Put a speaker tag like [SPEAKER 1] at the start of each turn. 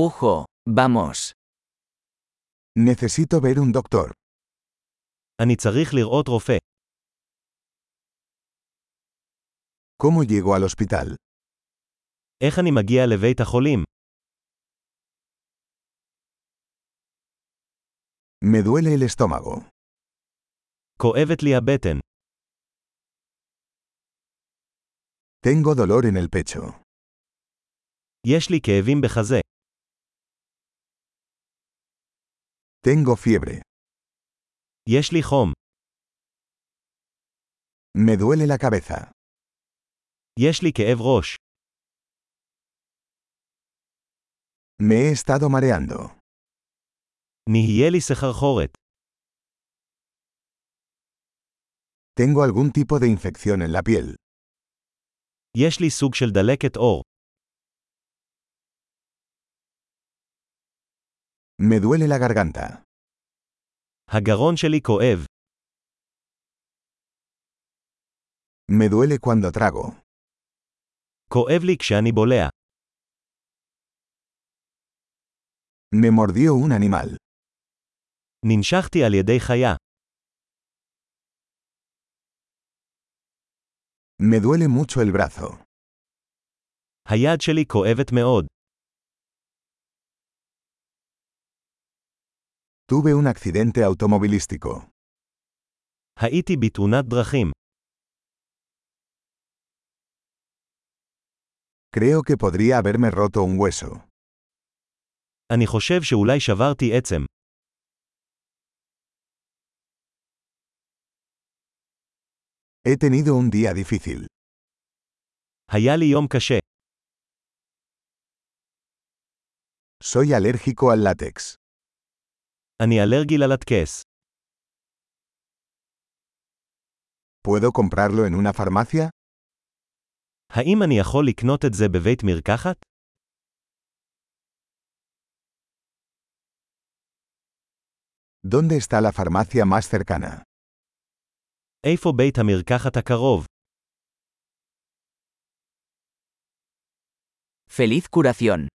[SPEAKER 1] Ujo, vamos.
[SPEAKER 2] Necesito ver un doctor.
[SPEAKER 3] אני צריך לראות רופא.
[SPEAKER 2] ¿Cómo llego al hospital?
[SPEAKER 3] איך אני מגיע לבית החולים?
[SPEAKER 2] Me duele el estómago.
[SPEAKER 3] כואבת לי הבטן.
[SPEAKER 2] Tengo dolor en el pecho.
[SPEAKER 3] יש לי כאבים בחזה.
[SPEAKER 2] Tengo fiebre.
[SPEAKER 3] יש לי חום.
[SPEAKER 2] Me duele la cabeza.
[SPEAKER 3] יש לי כאב ראש.
[SPEAKER 2] Me he estado mareando.
[SPEAKER 3] נהיה לי סחרחורת.
[SPEAKER 2] Tengo algún tipo de infección en la piel.
[SPEAKER 3] יש לי סוג של דלקת עור.
[SPEAKER 2] Me duele la garganta.
[SPEAKER 3] הגרון שלי כואב.
[SPEAKER 2] Me duele cuando trago.
[SPEAKER 3] כואב לי כשאני בולע.
[SPEAKER 2] Me mordió un animal.
[SPEAKER 3] ננשכתי על ידי חיה.
[SPEAKER 2] Me duele mucho el brazo.
[SPEAKER 3] היד שלי כואבת מאוד.
[SPEAKER 2] Tuve un accidente automovilístico.
[SPEAKER 3] הייתי בתאונת דרכים.
[SPEAKER 2] Creo que podría haberme roto un hueso.
[SPEAKER 3] אני חושב שאולי שברתי עצם.
[SPEAKER 2] He tenido un día difícil.
[SPEAKER 3] היה לי יום קשה.
[SPEAKER 2] Soy alérgico al látex.
[SPEAKER 3] אני אלרגי ללטקס.
[SPEAKER 2] ¿Puedo comprarlo en una farmacia?
[SPEAKER 3] האם אני יכול לקנות את זה בבית מרקחת?
[SPEAKER 2] ¿Dónde está la farmacia más cercana?
[SPEAKER 3] איפה בית המרקחת הקרוב?
[SPEAKER 1] Feliz curación.